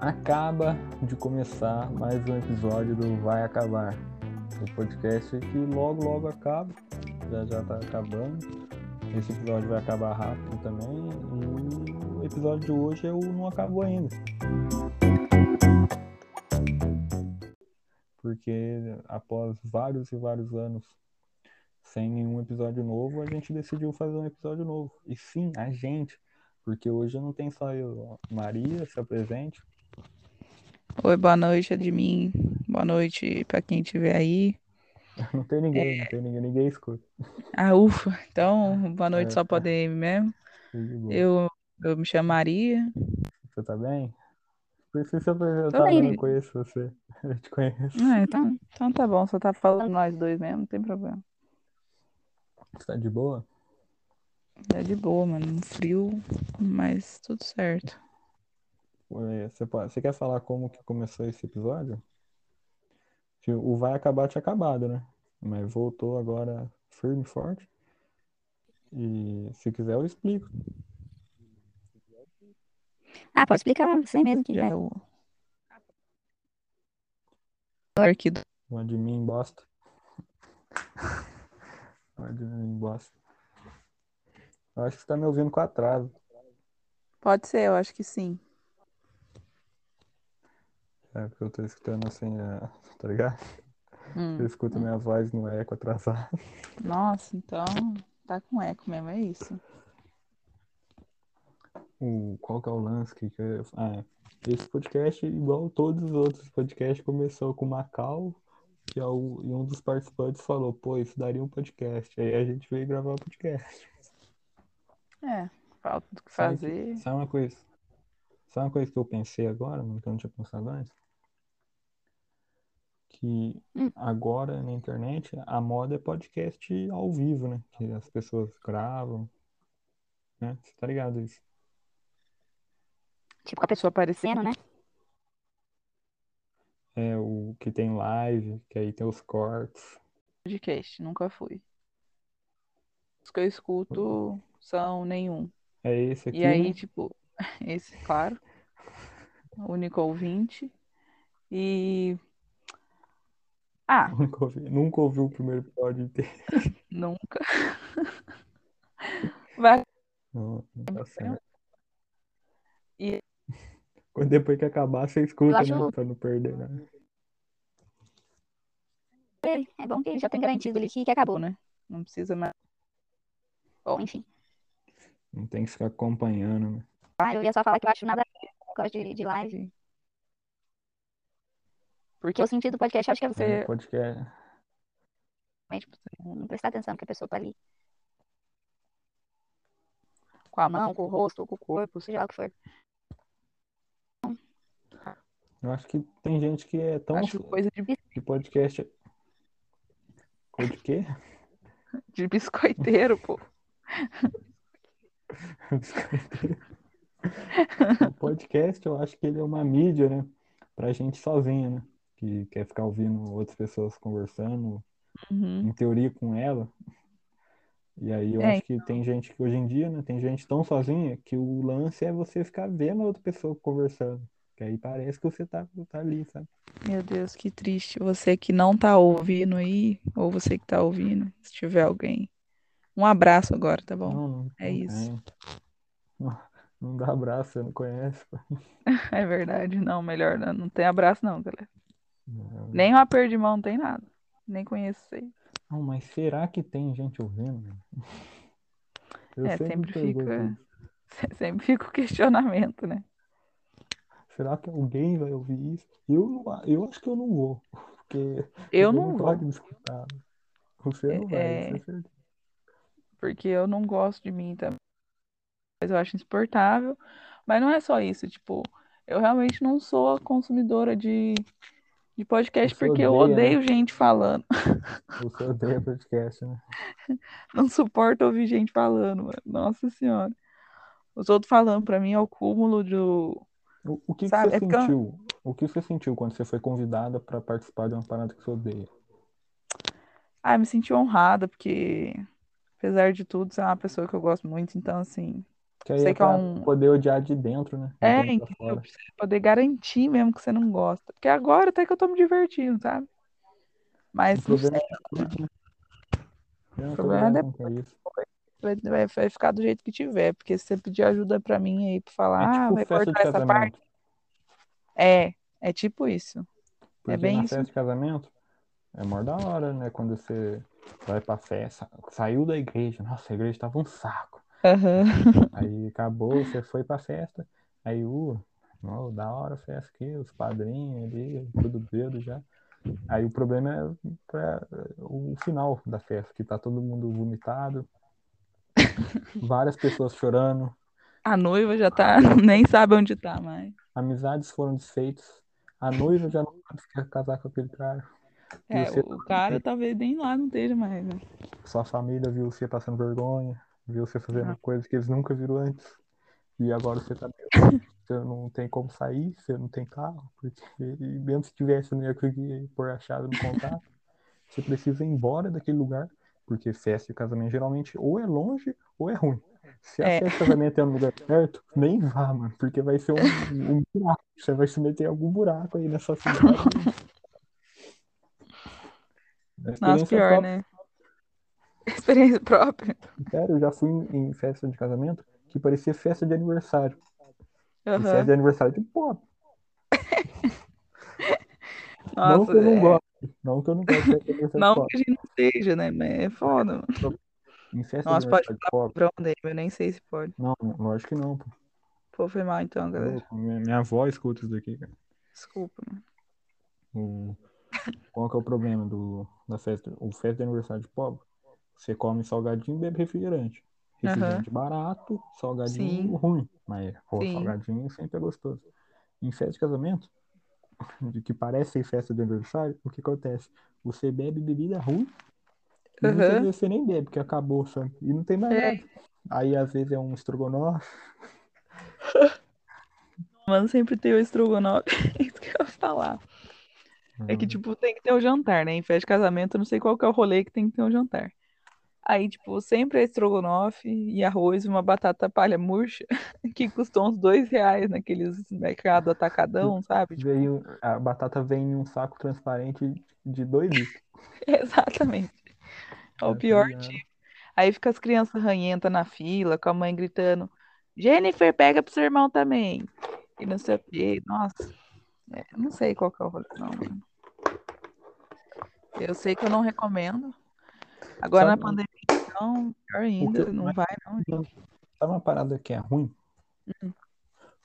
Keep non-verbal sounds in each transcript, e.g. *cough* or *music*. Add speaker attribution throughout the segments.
Speaker 1: Acaba de começar mais um episódio do Vai Acabar, o podcast que logo, logo acaba, já já tá acabando. Esse episódio vai acabar rápido também. E o episódio de hoje é o Não Acabou Ainda. Porque após vários e vários anos sem nenhum episódio novo, a gente decidiu fazer um episódio novo. E sim, a gente. Porque hoje não tem só eu. Maria, se apresente.
Speaker 2: Oi, boa noite, Admin. Boa noite pra quem estiver aí.
Speaker 1: Não tem
Speaker 2: É.
Speaker 1: ninguém, não tem ninguém, ninguém escuta.
Speaker 2: Ah, ufa. Então, boa noite
Speaker 1: É.
Speaker 2: só pra DM mesmo.
Speaker 1: Tudo de boa.
Speaker 2: Eu, eu me chamo Maria.
Speaker 1: Você tá bem? Precisa se apresentar,
Speaker 2: Tô bem.
Speaker 1: tá eu não conheço você. *laughs* Eu te conheço.
Speaker 2: Ah, então, então tá bom, só tá falando nós dois mesmo, não tem problema.
Speaker 1: Você tá de boa?
Speaker 2: Tá de boa, mano. Um frio, mas tudo certo.
Speaker 1: É, Você, pode- você quer falar como que começou esse episódio? Que o vai acabar tinha acabado, né? Mas voltou agora firme e forte. E se quiser eu explico.
Speaker 3: Ah, pode explicar, sem mesmo que né, já
Speaker 2: Já é o. Aqui do...
Speaker 1: Um admin bosta. *laughs* Um admin bosta. Eu acho que você tá me ouvindo com atraso.
Speaker 2: Pode ser, eu acho que sim.
Speaker 1: É porque eu tô escutando assim, a... tá ligado?
Speaker 2: Hum.
Speaker 1: Eu escuto minha voz no eco atrasado.
Speaker 2: Nossa, então tá com eco mesmo, é isso.
Speaker 1: *laughs* O, qual que é o lance que, que eu ia falar? Ah, esse podcast, igual todos os outros podcasts, começou com Macau, que é o- e um dos participantes falou, pô, isso daria um podcast. Aí a gente veio gravar o podcast.
Speaker 2: É, falta do que
Speaker 1: Sabe que-
Speaker 2: fazer.
Speaker 1: Sabe uma coisa? Sabe uma coisa que eu pensei agora, mano, que eu não tinha pensado antes? Que
Speaker 3: Hum.
Speaker 1: agora na internet a moda é podcast ao vivo, né? Que as pessoas gravam, né? Você tá ligado isso?
Speaker 3: tipo, com a pessoa
Speaker 2: pessoa aparecendo,
Speaker 3: sendo, né?
Speaker 1: É o que tem live, que aí tem os cortes.
Speaker 2: podcast, nunca fui. Os que eu escuto são nenhum.
Speaker 1: É esse aqui,
Speaker 2: E aí,
Speaker 1: né?
Speaker 2: tipo, *laughs* esse, claro, o único ouvinte. E. Ah,
Speaker 1: *laughs* Nunca ouvi, nunca ouvi o primeiro episódio inteiro. *laughs*
Speaker 2: nunca. *laughs* Vai.
Speaker 1: Não, não tá certo.
Speaker 2: E-
Speaker 1: *laughs* Quando depois que acabar, você escuta,
Speaker 3: Eu
Speaker 1: né?
Speaker 3: acho-
Speaker 1: Pra não perder né? nada.
Speaker 3: ele. É bom que ele já tem garantido ali que, que acabou,
Speaker 2: Acabou,
Speaker 3: né?
Speaker 2: né? Não precisa mais.
Speaker 3: Bom, enfim.
Speaker 1: Não tem que ficar acompanhando, né?
Speaker 3: Ah, eu ia só falar que eu acho nada a ver com o negócio de, de live.
Speaker 2: Porque
Speaker 3: Porque o sentido do podcast, eu acho que é você
Speaker 1: É,
Speaker 2: Você-
Speaker 1: podcast.
Speaker 3: realmente não prestar atenção no que a pessoa tá ali.
Speaker 2: com a
Speaker 3: Com a
Speaker 2: mão,
Speaker 3: mão, com o rosto, com o corpo, seja lá o que for.
Speaker 1: Eu acho que tem gente que é tão
Speaker 2: acho coisa de,
Speaker 1: que podcast. Coisa de quê?
Speaker 2: de biscoiteiro, pô.
Speaker 1: *laughs* o podcast, eu acho que ele é uma mídia, né? Pra gente sozinha, né? Que quer ficar ouvindo outras pessoas conversando,
Speaker 2: Uhum.
Speaker 1: em teoria com ela. E aí eu
Speaker 2: É,
Speaker 1: acho que tem gente que hoje em dia, né? Tem gente tão sozinha que o lance é você ficar vendo a outra pessoa conversando. Que aí parece que você tá, tá ali, sabe?
Speaker 2: Meu Deus, que triste. Você que não tá ouvindo aí, ou você que tá ouvindo, se tiver alguém. Um abraço agora, tá bom?
Speaker 1: Não, não,
Speaker 2: é
Speaker 1: não
Speaker 2: isso.
Speaker 1: tem. Não, não dá abraço, você não conhece. pô.
Speaker 2: É verdade, não, melhor não, não tem abraço não, galera.
Speaker 1: Não.
Speaker 2: Nem um aperto de mão, não tem nada. Nem conheço vocês.
Speaker 1: Não, mas será que tem gente ouvindo? velho? Eu
Speaker 2: É,
Speaker 1: sempre
Speaker 2: sempre
Speaker 1: pergunto
Speaker 2: fica-
Speaker 1: isso.
Speaker 2: Se- *laughs* Sempre fica o questionamento, né?
Speaker 1: Será que alguém vai ouvir isso? Eu, não a- eu acho que eu não vou, porque
Speaker 2: Eu
Speaker 1: você
Speaker 2: não vou,
Speaker 1: pode me escutar. Você não vai,
Speaker 2: É,
Speaker 1: isso é certeza.
Speaker 2: porque eu não gosto de mim também. Mas eu acho insuportável. Mas não é só isso, tipo, eu realmente não sou a consumidora de, de podcast
Speaker 1: Você
Speaker 2: porque eu
Speaker 1: odeia, né?
Speaker 2: odeio gente falando. *laughs*
Speaker 1: Você odeia podcast, né?
Speaker 2: Não suporto ouvir gente falando, mano. Nossa senhora. Os outros falando pra mim é o cúmulo do.
Speaker 1: O, o que que
Speaker 2: Sabe,
Speaker 1: você
Speaker 2: é porque eu-
Speaker 1: sentiu? O que você sentiu quando você foi convidada para participar de uma parada que você odeia?
Speaker 2: Ah, eu me senti honrada, porque apesar de tudo, você é uma pessoa que eu gosto muito, então assim,
Speaker 1: Que aí
Speaker 2: Sei
Speaker 1: é
Speaker 2: que é
Speaker 1: pra
Speaker 2: um-
Speaker 1: poder odiar de dentro, né? Não
Speaker 2: É,
Speaker 1: tem pra
Speaker 2: entendeu?
Speaker 1: fora.
Speaker 2: Pra você poder garantir mesmo que você não gosta. Porque agora até que eu tô me divertindo, sabe? Mas
Speaker 1: O
Speaker 2: não
Speaker 1: problema
Speaker 2: sei,
Speaker 1: Eu não tô
Speaker 2: problema é
Speaker 1: ligando com isso.
Speaker 2: vai, vai- vai ficar do jeito que tiver. Porque se você pedir ajuda pra mim aí pra falar,
Speaker 1: É
Speaker 2: ah,
Speaker 1: tipo
Speaker 2: vai
Speaker 1: festa de
Speaker 2: cortar essa parte.
Speaker 1: casamento.
Speaker 2: É, é tipo isso.
Speaker 1: Porque
Speaker 2: bem
Speaker 1: na
Speaker 2: isso.
Speaker 1: festa de casamento é mó da hora, né? Quando você vai pra festa, saiu da igreja, nossa, a igreja tava um saco.
Speaker 2: Aham.
Speaker 1: Aí acabou, você foi pra festa, aí, uh, ó, da hora a festa aqui, os padrinhos ali, tudo bêbado já. Aí o problema é pra o final da festa, que tá todo mundo vomitado, várias pessoas chorando,
Speaker 2: A noiva já tá, *laughs* nem sabe onde tá mais.
Speaker 1: amizades foram desfeitas, a noiva já não sabe se quer casar com aquele cara. E
Speaker 2: É,
Speaker 1: você
Speaker 2: o cara talvez nem lá não esteja mais, né?
Speaker 1: Sua família viu você passando vergonha, viu você fazendo
Speaker 2: Ah.
Speaker 1: coisas que eles nunca viram antes. E agora você tá
Speaker 2: *laughs*
Speaker 1: você não tem como sair, você não tem carro, porque e mesmo se tivesse, você não ia conseguir pôr a chave no
Speaker 2: *laughs*
Speaker 1: contato. Você precisa ir embora daquele lugar, porque festa de casamento geralmente ou é longe ou é ruim. Se a
Speaker 2: É.
Speaker 1: festa de casamento é no lugar certo, nem vá, mano, porque vai ser um, um buraco. Você vai se meter em algum buraco aí nessa
Speaker 2: *laughs*
Speaker 1: cidade. A
Speaker 2: Nossa,
Speaker 1: É experiência
Speaker 2: pior,
Speaker 1: própria-
Speaker 2: né? *laughs* Experiência própria.
Speaker 1: Sério, eu já fui em- em festa de casamento que parecia festa de aniversário. E
Speaker 2: Aham.
Speaker 1: festa de aniversário de pobre. não
Speaker 2: Nossa,
Speaker 1: que eu não
Speaker 2: é.
Speaker 1: gosto. Não que eu não gosto de festa de aniversário de
Speaker 2: Não
Speaker 1: pobre.
Speaker 2: que a gente não seja, né? Mas é foda, mano.
Speaker 1: Em festa
Speaker 2: Nossa,
Speaker 1: de
Speaker 2: pode
Speaker 1: aniversário de pobre.
Speaker 2: Pronto, daí, eu nem sei se pode.
Speaker 1: Não, lógico que não, pô.
Speaker 2: Pô, foi mal então,
Speaker 1: Tá
Speaker 2: galera.
Speaker 1: louco? Minha, minha avó escuta isso daqui, cara.
Speaker 2: Desculpa, mano.
Speaker 1: O- Qual que é o problema do, da festa? O festa de aniversário de pobre, você come salgadinho e bebe refrigerante.
Speaker 2: Aham.
Speaker 1: Refrigerante barato, salgadinho
Speaker 2: Sim.
Speaker 1: ruim. Mas, pô,
Speaker 2: Sim.
Speaker 1: salgadinho sempre é gostoso. Em festa de casamento, de que parece ser festa de aniversário, o que acontece? Você bebe bebida ruim e muitas
Speaker 2: Aham.
Speaker 1: vezes você nem bebe, porque acabou, sabe? E não tem mais
Speaker 2: É.
Speaker 1: nada. Aí, às vezes, é um estrogonofe.
Speaker 2: Mano, sempre tem o estrogonofe. *laughs* É Isso que eu ia falar. É
Speaker 1: Uhum.
Speaker 2: que, tipo, tem que ter o jantar, né? Em festa de casamento, eu não sei qual que é o rolê que tem que ter um jantar. Aí, tipo, sempre é estrogonofe e arroz e uma batata palha murcha, *laughs* que custou uns dois reais naqueles mercado atacadão, sabe? Tipo,
Speaker 1: Veio, um, a batata vem em um saco transparente de dois litros.
Speaker 2: *laughs* exatamente. É o
Speaker 1: Essa
Speaker 2: pior
Speaker 1: viagem.
Speaker 2: Aí fica as crianças ranhentas na fila, com a mãe gritando: Jennifer, pega pro seu irmão também. E não sei o quê. Nossa, é, eu não sei qual que é o rolê, não, mano. Eu sei que eu não recomendo. Agora na
Speaker 1: Sabe-
Speaker 2: pandemia, então, pior ainda,
Speaker 1: que-
Speaker 2: não
Speaker 1: mas-
Speaker 2: vai, não.
Speaker 1: Sabe uma parada que é ruim?
Speaker 2: Hum.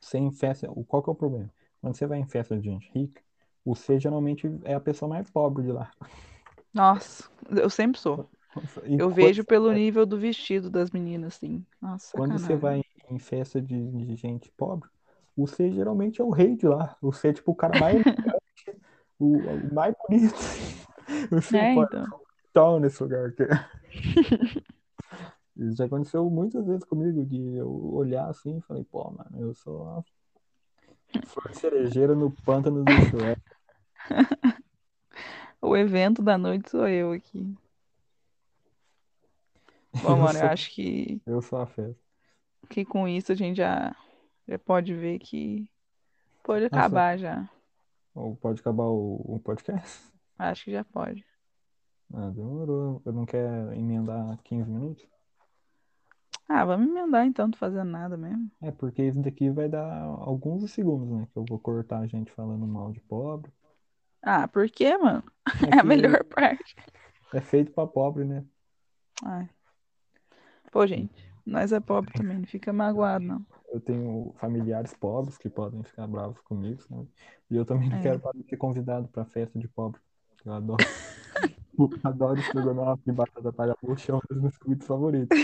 Speaker 1: Você em festa, o- qual que é o problema? Quando você vai em festa de gente rica, você geralmente é a pessoa mais pobre de lá. *laughs*
Speaker 2: Nossa, eu sempre sou.
Speaker 1: E
Speaker 2: Eu
Speaker 1: quando-
Speaker 2: vejo pelo nível do vestido das meninas, assim. Nossa,
Speaker 1: Quando você
Speaker 2: sacanagem.
Speaker 1: vai em festa de, de gente pobre, você geralmente é o rei de lá. Você é tipo o cara
Speaker 2: *laughs*
Speaker 1: mais elegante, o, o mais bonito. *laughs* Você
Speaker 2: É,
Speaker 1: pode
Speaker 2: então.
Speaker 1: tal nesse lugar aqui.
Speaker 2: *laughs*
Speaker 1: Isso já aconteceu muitas vezes comigo, de eu olhar assim e falei, pô, mano, eu sou uma flor cerejeira no pântano do é, Shrek.
Speaker 2: O evento da noite sou eu aqui. Bom,
Speaker 1: Eu
Speaker 2: mano, eu
Speaker 1: sou-
Speaker 2: acho que.
Speaker 1: Eu sou a festa.
Speaker 2: que com isso a gente já, já pode ver que pode
Speaker 1: Nossa.
Speaker 2: acabar já.
Speaker 1: Ou pode acabar o, o podcast?
Speaker 2: Acho que já pode.
Speaker 1: Ah, demorou. Eu não quero emendar 15 minutos.
Speaker 2: Ah, vamos emendar então, não tô fazendo nada mesmo.
Speaker 1: É, porque isso daqui vai dar alguns segundos, né? Que eu vou cortar a gente falando mal de pobre.
Speaker 2: Ah, por quê, mano?
Speaker 1: É,
Speaker 2: *laughs* É a
Speaker 1: que
Speaker 2: melhor *laughs* parte.
Speaker 1: É feito pra pobre, né?
Speaker 2: Ai. Pô, gente, nós é pobre também, não fica magoado, não.
Speaker 1: Eu tenho familiares pobres que podem ficar bravos comigo, sabe? E eu também não
Speaker 2: É.
Speaker 1: quero ser convidado pra festa de pobre. que Eu adoro. *laughs* adoro estrogonofe de batata palha roxa, é um dos meus comidas favoritos.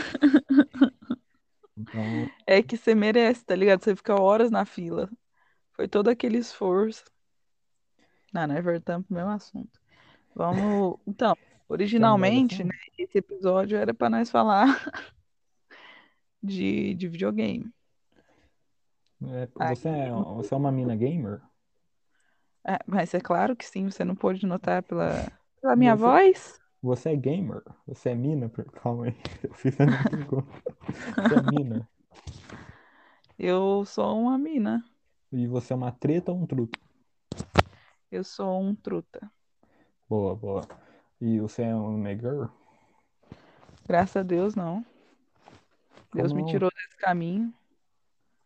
Speaker 1: Então,
Speaker 2: É que você merece, tá ligado? Você fica horas na fila. Foi todo aquele esforço. Não, né? Voltamos pro mesmo assunto. Vamos. Então, originalmente, né? Esse episódio era pra nós falar *laughs* de, de videogame.
Speaker 1: é, você, é, você é uma mina gamer?
Speaker 2: É, mas é claro que sim, você não pôde notar pela, pela minha
Speaker 1: Você-
Speaker 2: voz?
Speaker 1: Você é gamer? *laughs* Você é mina? Calma aí, eu fiz a minha pergunta. Você é mina?
Speaker 2: Eu sou uma mina.
Speaker 1: E você é uma treta ou um truta?
Speaker 2: Eu sou um truta.
Speaker 1: Boa, boa. E você é um negão?
Speaker 2: Graças a Deus, não. Deus me
Speaker 1: Como-
Speaker 2: tirou desse caminho.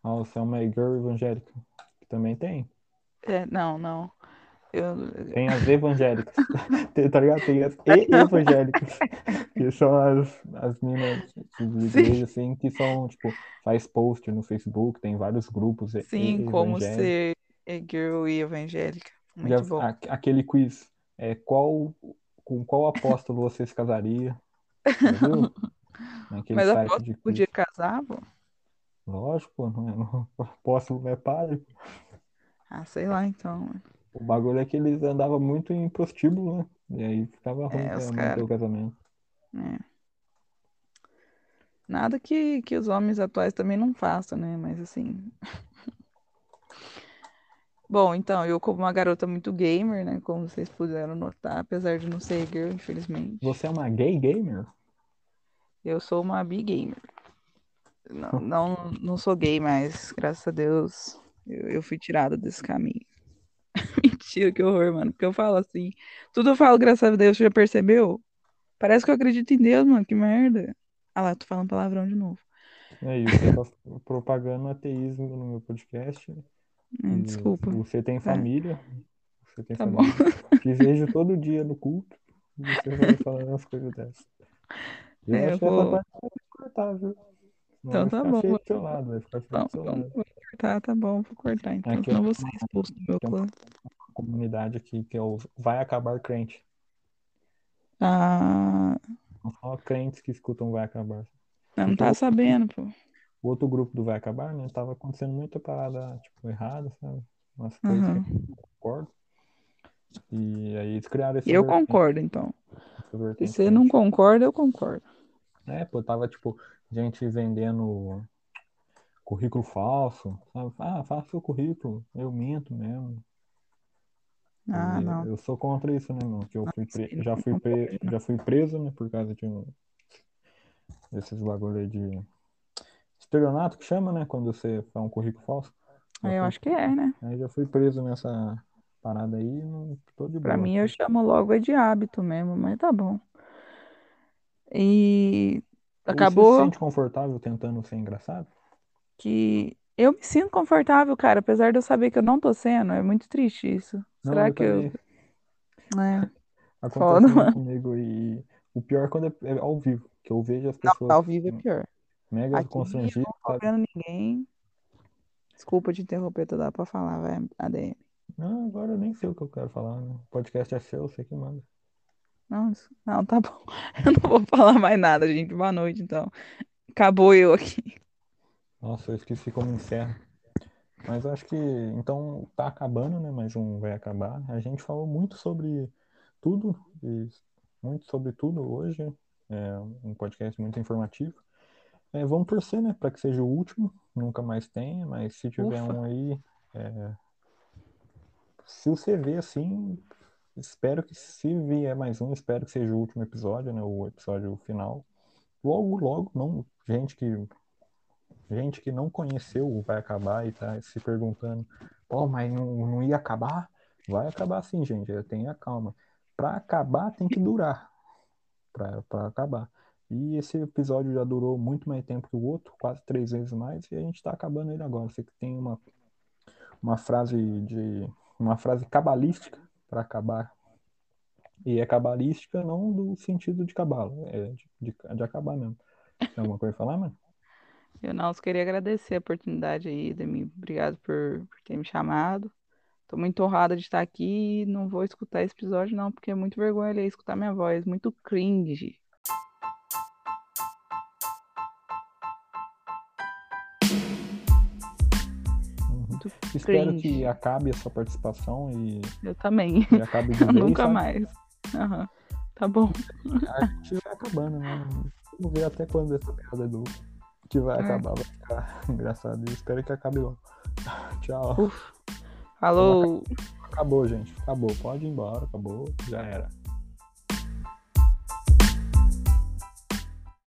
Speaker 1: Ah, você é uma girl evangélica. Que também tem.
Speaker 2: É, não, não. Eu-
Speaker 1: Tem as
Speaker 2: *laughs*
Speaker 1: evangélicas. Tem, tá ligado? Tem as e evangélicas. Que são as, as minas de
Speaker 2: Sim.
Speaker 1: igreja, assim, que são, tipo, faz post no Facebook, tem vários grupos. e-
Speaker 2: sim, como
Speaker 1: evangélicos.
Speaker 2: ser é girl e evangélica. Muito
Speaker 1: Já-
Speaker 2: bom.
Speaker 1: a- aquele quiz. É, qual, com qual apóstolo você se casaria? Já
Speaker 2: *laughs*
Speaker 1: viu? Naquele
Speaker 2: Mas
Speaker 1: site
Speaker 2: apóstolo
Speaker 1: de quiz.
Speaker 2: Podia casar, pô?
Speaker 1: Lógico, pô, *laughs* não é, não, apóstolo não é padre.
Speaker 2: Ah, sei lá, então.
Speaker 1: O bagulho é que eles andavam muito em prostíbulo, né? E aí ficava ruim
Speaker 2: É,
Speaker 1: pra
Speaker 2: os
Speaker 1: manter
Speaker 2: cara-
Speaker 1: o casamento.
Speaker 2: né? Nada que, que os homens atuais também não façam, né? Mas assim. *laughs* Bom, então, eu, como uma garota muito gamer, né? Como vocês puderam notar, apesar de não ser girl, infelizmente.
Speaker 1: Você é uma gay gamer?
Speaker 2: Eu sou uma bi gamer.
Speaker 1: *laughs*
Speaker 2: Não, não, não sou gay, mas graças a Deus eu, eu fui tirada desse caminho. *laughs* Mentira, que horror, mano. Porque eu falo assim. Tudo eu falo, graças a Deus, você já percebeu? Parece que eu acredito em Deus, mano. Que merda. Ah lá, tô falando palavrão de novo.
Speaker 1: É isso, você tá *laughs* propagando ateísmo no meu podcast.
Speaker 2: Hum,
Speaker 1: E
Speaker 2: Desculpa. É.
Speaker 1: Você tem família. Você tem
Speaker 2: Tá bom.
Speaker 1: família.
Speaker 2: *laughs*
Speaker 1: Te vejo todo dia no culto. E você vai falando umas coisas dessas. Eu
Speaker 2: É,
Speaker 1: acho
Speaker 2: eu
Speaker 1: que essa
Speaker 2: vou-
Speaker 1: parte vai cortar, viu? Senão
Speaker 2: Então
Speaker 1: vai
Speaker 2: tá
Speaker 1: ficar
Speaker 2: bom.
Speaker 1: feio do seu lado, vai ficar feio
Speaker 2: Então,
Speaker 1: do seu
Speaker 2: então,
Speaker 1: lado.
Speaker 2: vou cortar, tá bom, vou cortar então.
Speaker 1: Aqui, ó. Então
Speaker 2: senão eu vou ser expulso do meu
Speaker 1: Aqui, ó.
Speaker 2: clã.
Speaker 1: A comunidade aqui, que é o Vai Acabar Crente.
Speaker 2: Ah,
Speaker 1: São só crentes que escutam Vai Acabar.
Speaker 2: eu não tá
Speaker 1: Então-
Speaker 2: sabendo, pô.
Speaker 1: O outro grupo do Vai Acabar, né? Tava acontecendo muita parada, tipo, errada, sabe? Umas coisas que
Speaker 2: Aham.
Speaker 1: eu não concordo. E aí eles criaram esse
Speaker 2: Eu
Speaker 1: vertente-
Speaker 2: concordo, então.
Speaker 1: essa
Speaker 2: Se
Speaker 1: vertente
Speaker 2: você
Speaker 1: crente.
Speaker 2: não concorda, eu concordo.
Speaker 1: É, pô, tava tipo, gente vendendo currículo falso, sabe? Ah, faça seu currículo, eu minto mesmo.
Speaker 2: Ah,
Speaker 1: E
Speaker 2: não.
Speaker 1: Hum, Eu sou contra isso, né, mano? Que eu fui pre-
Speaker 2: sei, não
Speaker 1: já, fui
Speaker 2: concordo,
Speaker 1: pre- já fui preso, né, por causa de um... desses bagulho aí de estelionato que chama, né, quando você faz um currículo falso.
Speaker 2: Ah, Eu
Speaker 1: fui-
Speaker 2: acho que é, né?
Speaker 1: Aí já fui preso nessa parada aí, não tô de boa.
Speaker 2: Pra
Speaker 1: assim.
Speaker 2: mim, eu chamo logo é de hábito mesmo, mas tá bom. E
Speaker 1: Ou Você se
Speaker 2: acabou
Speaker 1: sente confortável tentando ser engraçado?
Speaker 2: que eu me sinto confortável, cara, apesar de eu saber que eu não tô sendo, é muito triste isso.
Speaker 1: Não,
Speaker 2: Será
Speaker 1: eu
Speaker 2: que eu.
Speaker 1: também.
Speaker 2: né? Foda,
Speaker 1: Acontece muito
Speaker 2: mano.
Speaker 1: comigo e o pior é quando é, é ao vivo, que eu vejo as
Speaker 2: Não,
Speaker 1: pessoas
Speaker 2: ao vivo é pior.
Speaker 1: mega
Speaker 2: Aqui eu
Speaker 1: constrangidas.
Speaker 2: não tô vendo ninguém. Desculpa te interromper, tu dá pra falar, vai, ADM.
Speaker 1: Não, agora eu nem sei o que eu quero falar, né? O podcast é seu, você que manda.
Speaker 2: Não, isso- não, tá bom. *laughs* Eu não vou falar mais nada, gente. Boa noite, então. Acabou eu aqui.
Speaker 1: Nossa, eu esqueci como encerra. Mas eu acho que então tá acabando, né? Mas um vai acabar. A gente falou muito sobre tudo e muito sobre tudo hoje. É um podcast muito informativo. É, vamos torcer, né? Para que seja o último, nunca mais tenha, mas se tiver
Speaker 2: Ufa.
Speaker 1: um aí, é, se você vê assim, espero que se vier mais um, espero que seja o último episódio, né? O episódio final. Logo, logo, não, gente que gente que não conheceu o vai acabar e tá se perguntando, ó, mas não, não ia acabar? Vai acabar sim, gente, tenha calma. Pra acabar tem que durar, pra, pra acabar. E esse episódio já durou muito mais tempo que o outro, quase três vezes mais, e a gente tá acabando ele agora. Você que tem uma, uma frase de uma frase cabalística pra acabar. E é cabalística não do sentido de cabalo, é de, de, de acabar mesmo. Tem alguma coisa a falar, mano?
Speaker 2: Eu não só queria agradecer a oportunidade aí, Demi. Obrigado por, por ter me chamado. Tô muito honrada de estar aqui e não vou escutar esse episódio, não, porque é muito vergonha ali escutar minha voz. Muito cringe.
Speaker 1: Uhum.
Speaker 2: Muito
Speaker 1: Espero
Speaker 2: cringe.
Speaker 1: que acabe a sua participação e,
Speaker 2: Eu também. *laughs*
Speaker 1: e acabe de vez,
Speaker 2: Nunca
Speaker 1: sabe?
Speaker 2: mais. Aham. Tá bom.
Speaker 1: A gente vai acabando, né? Vamos ver até quando essa piada do que vai
Speaker 2: É.
Speaker 1: acabar vai ficar *laughs* engraçado. E espero que acabe logo. *laughs* Tchau.
Speaker 2: Uf. Falou.
Speaker 1: Acabou, gente. Acabou. Pode ir embora. Acabou. Já era.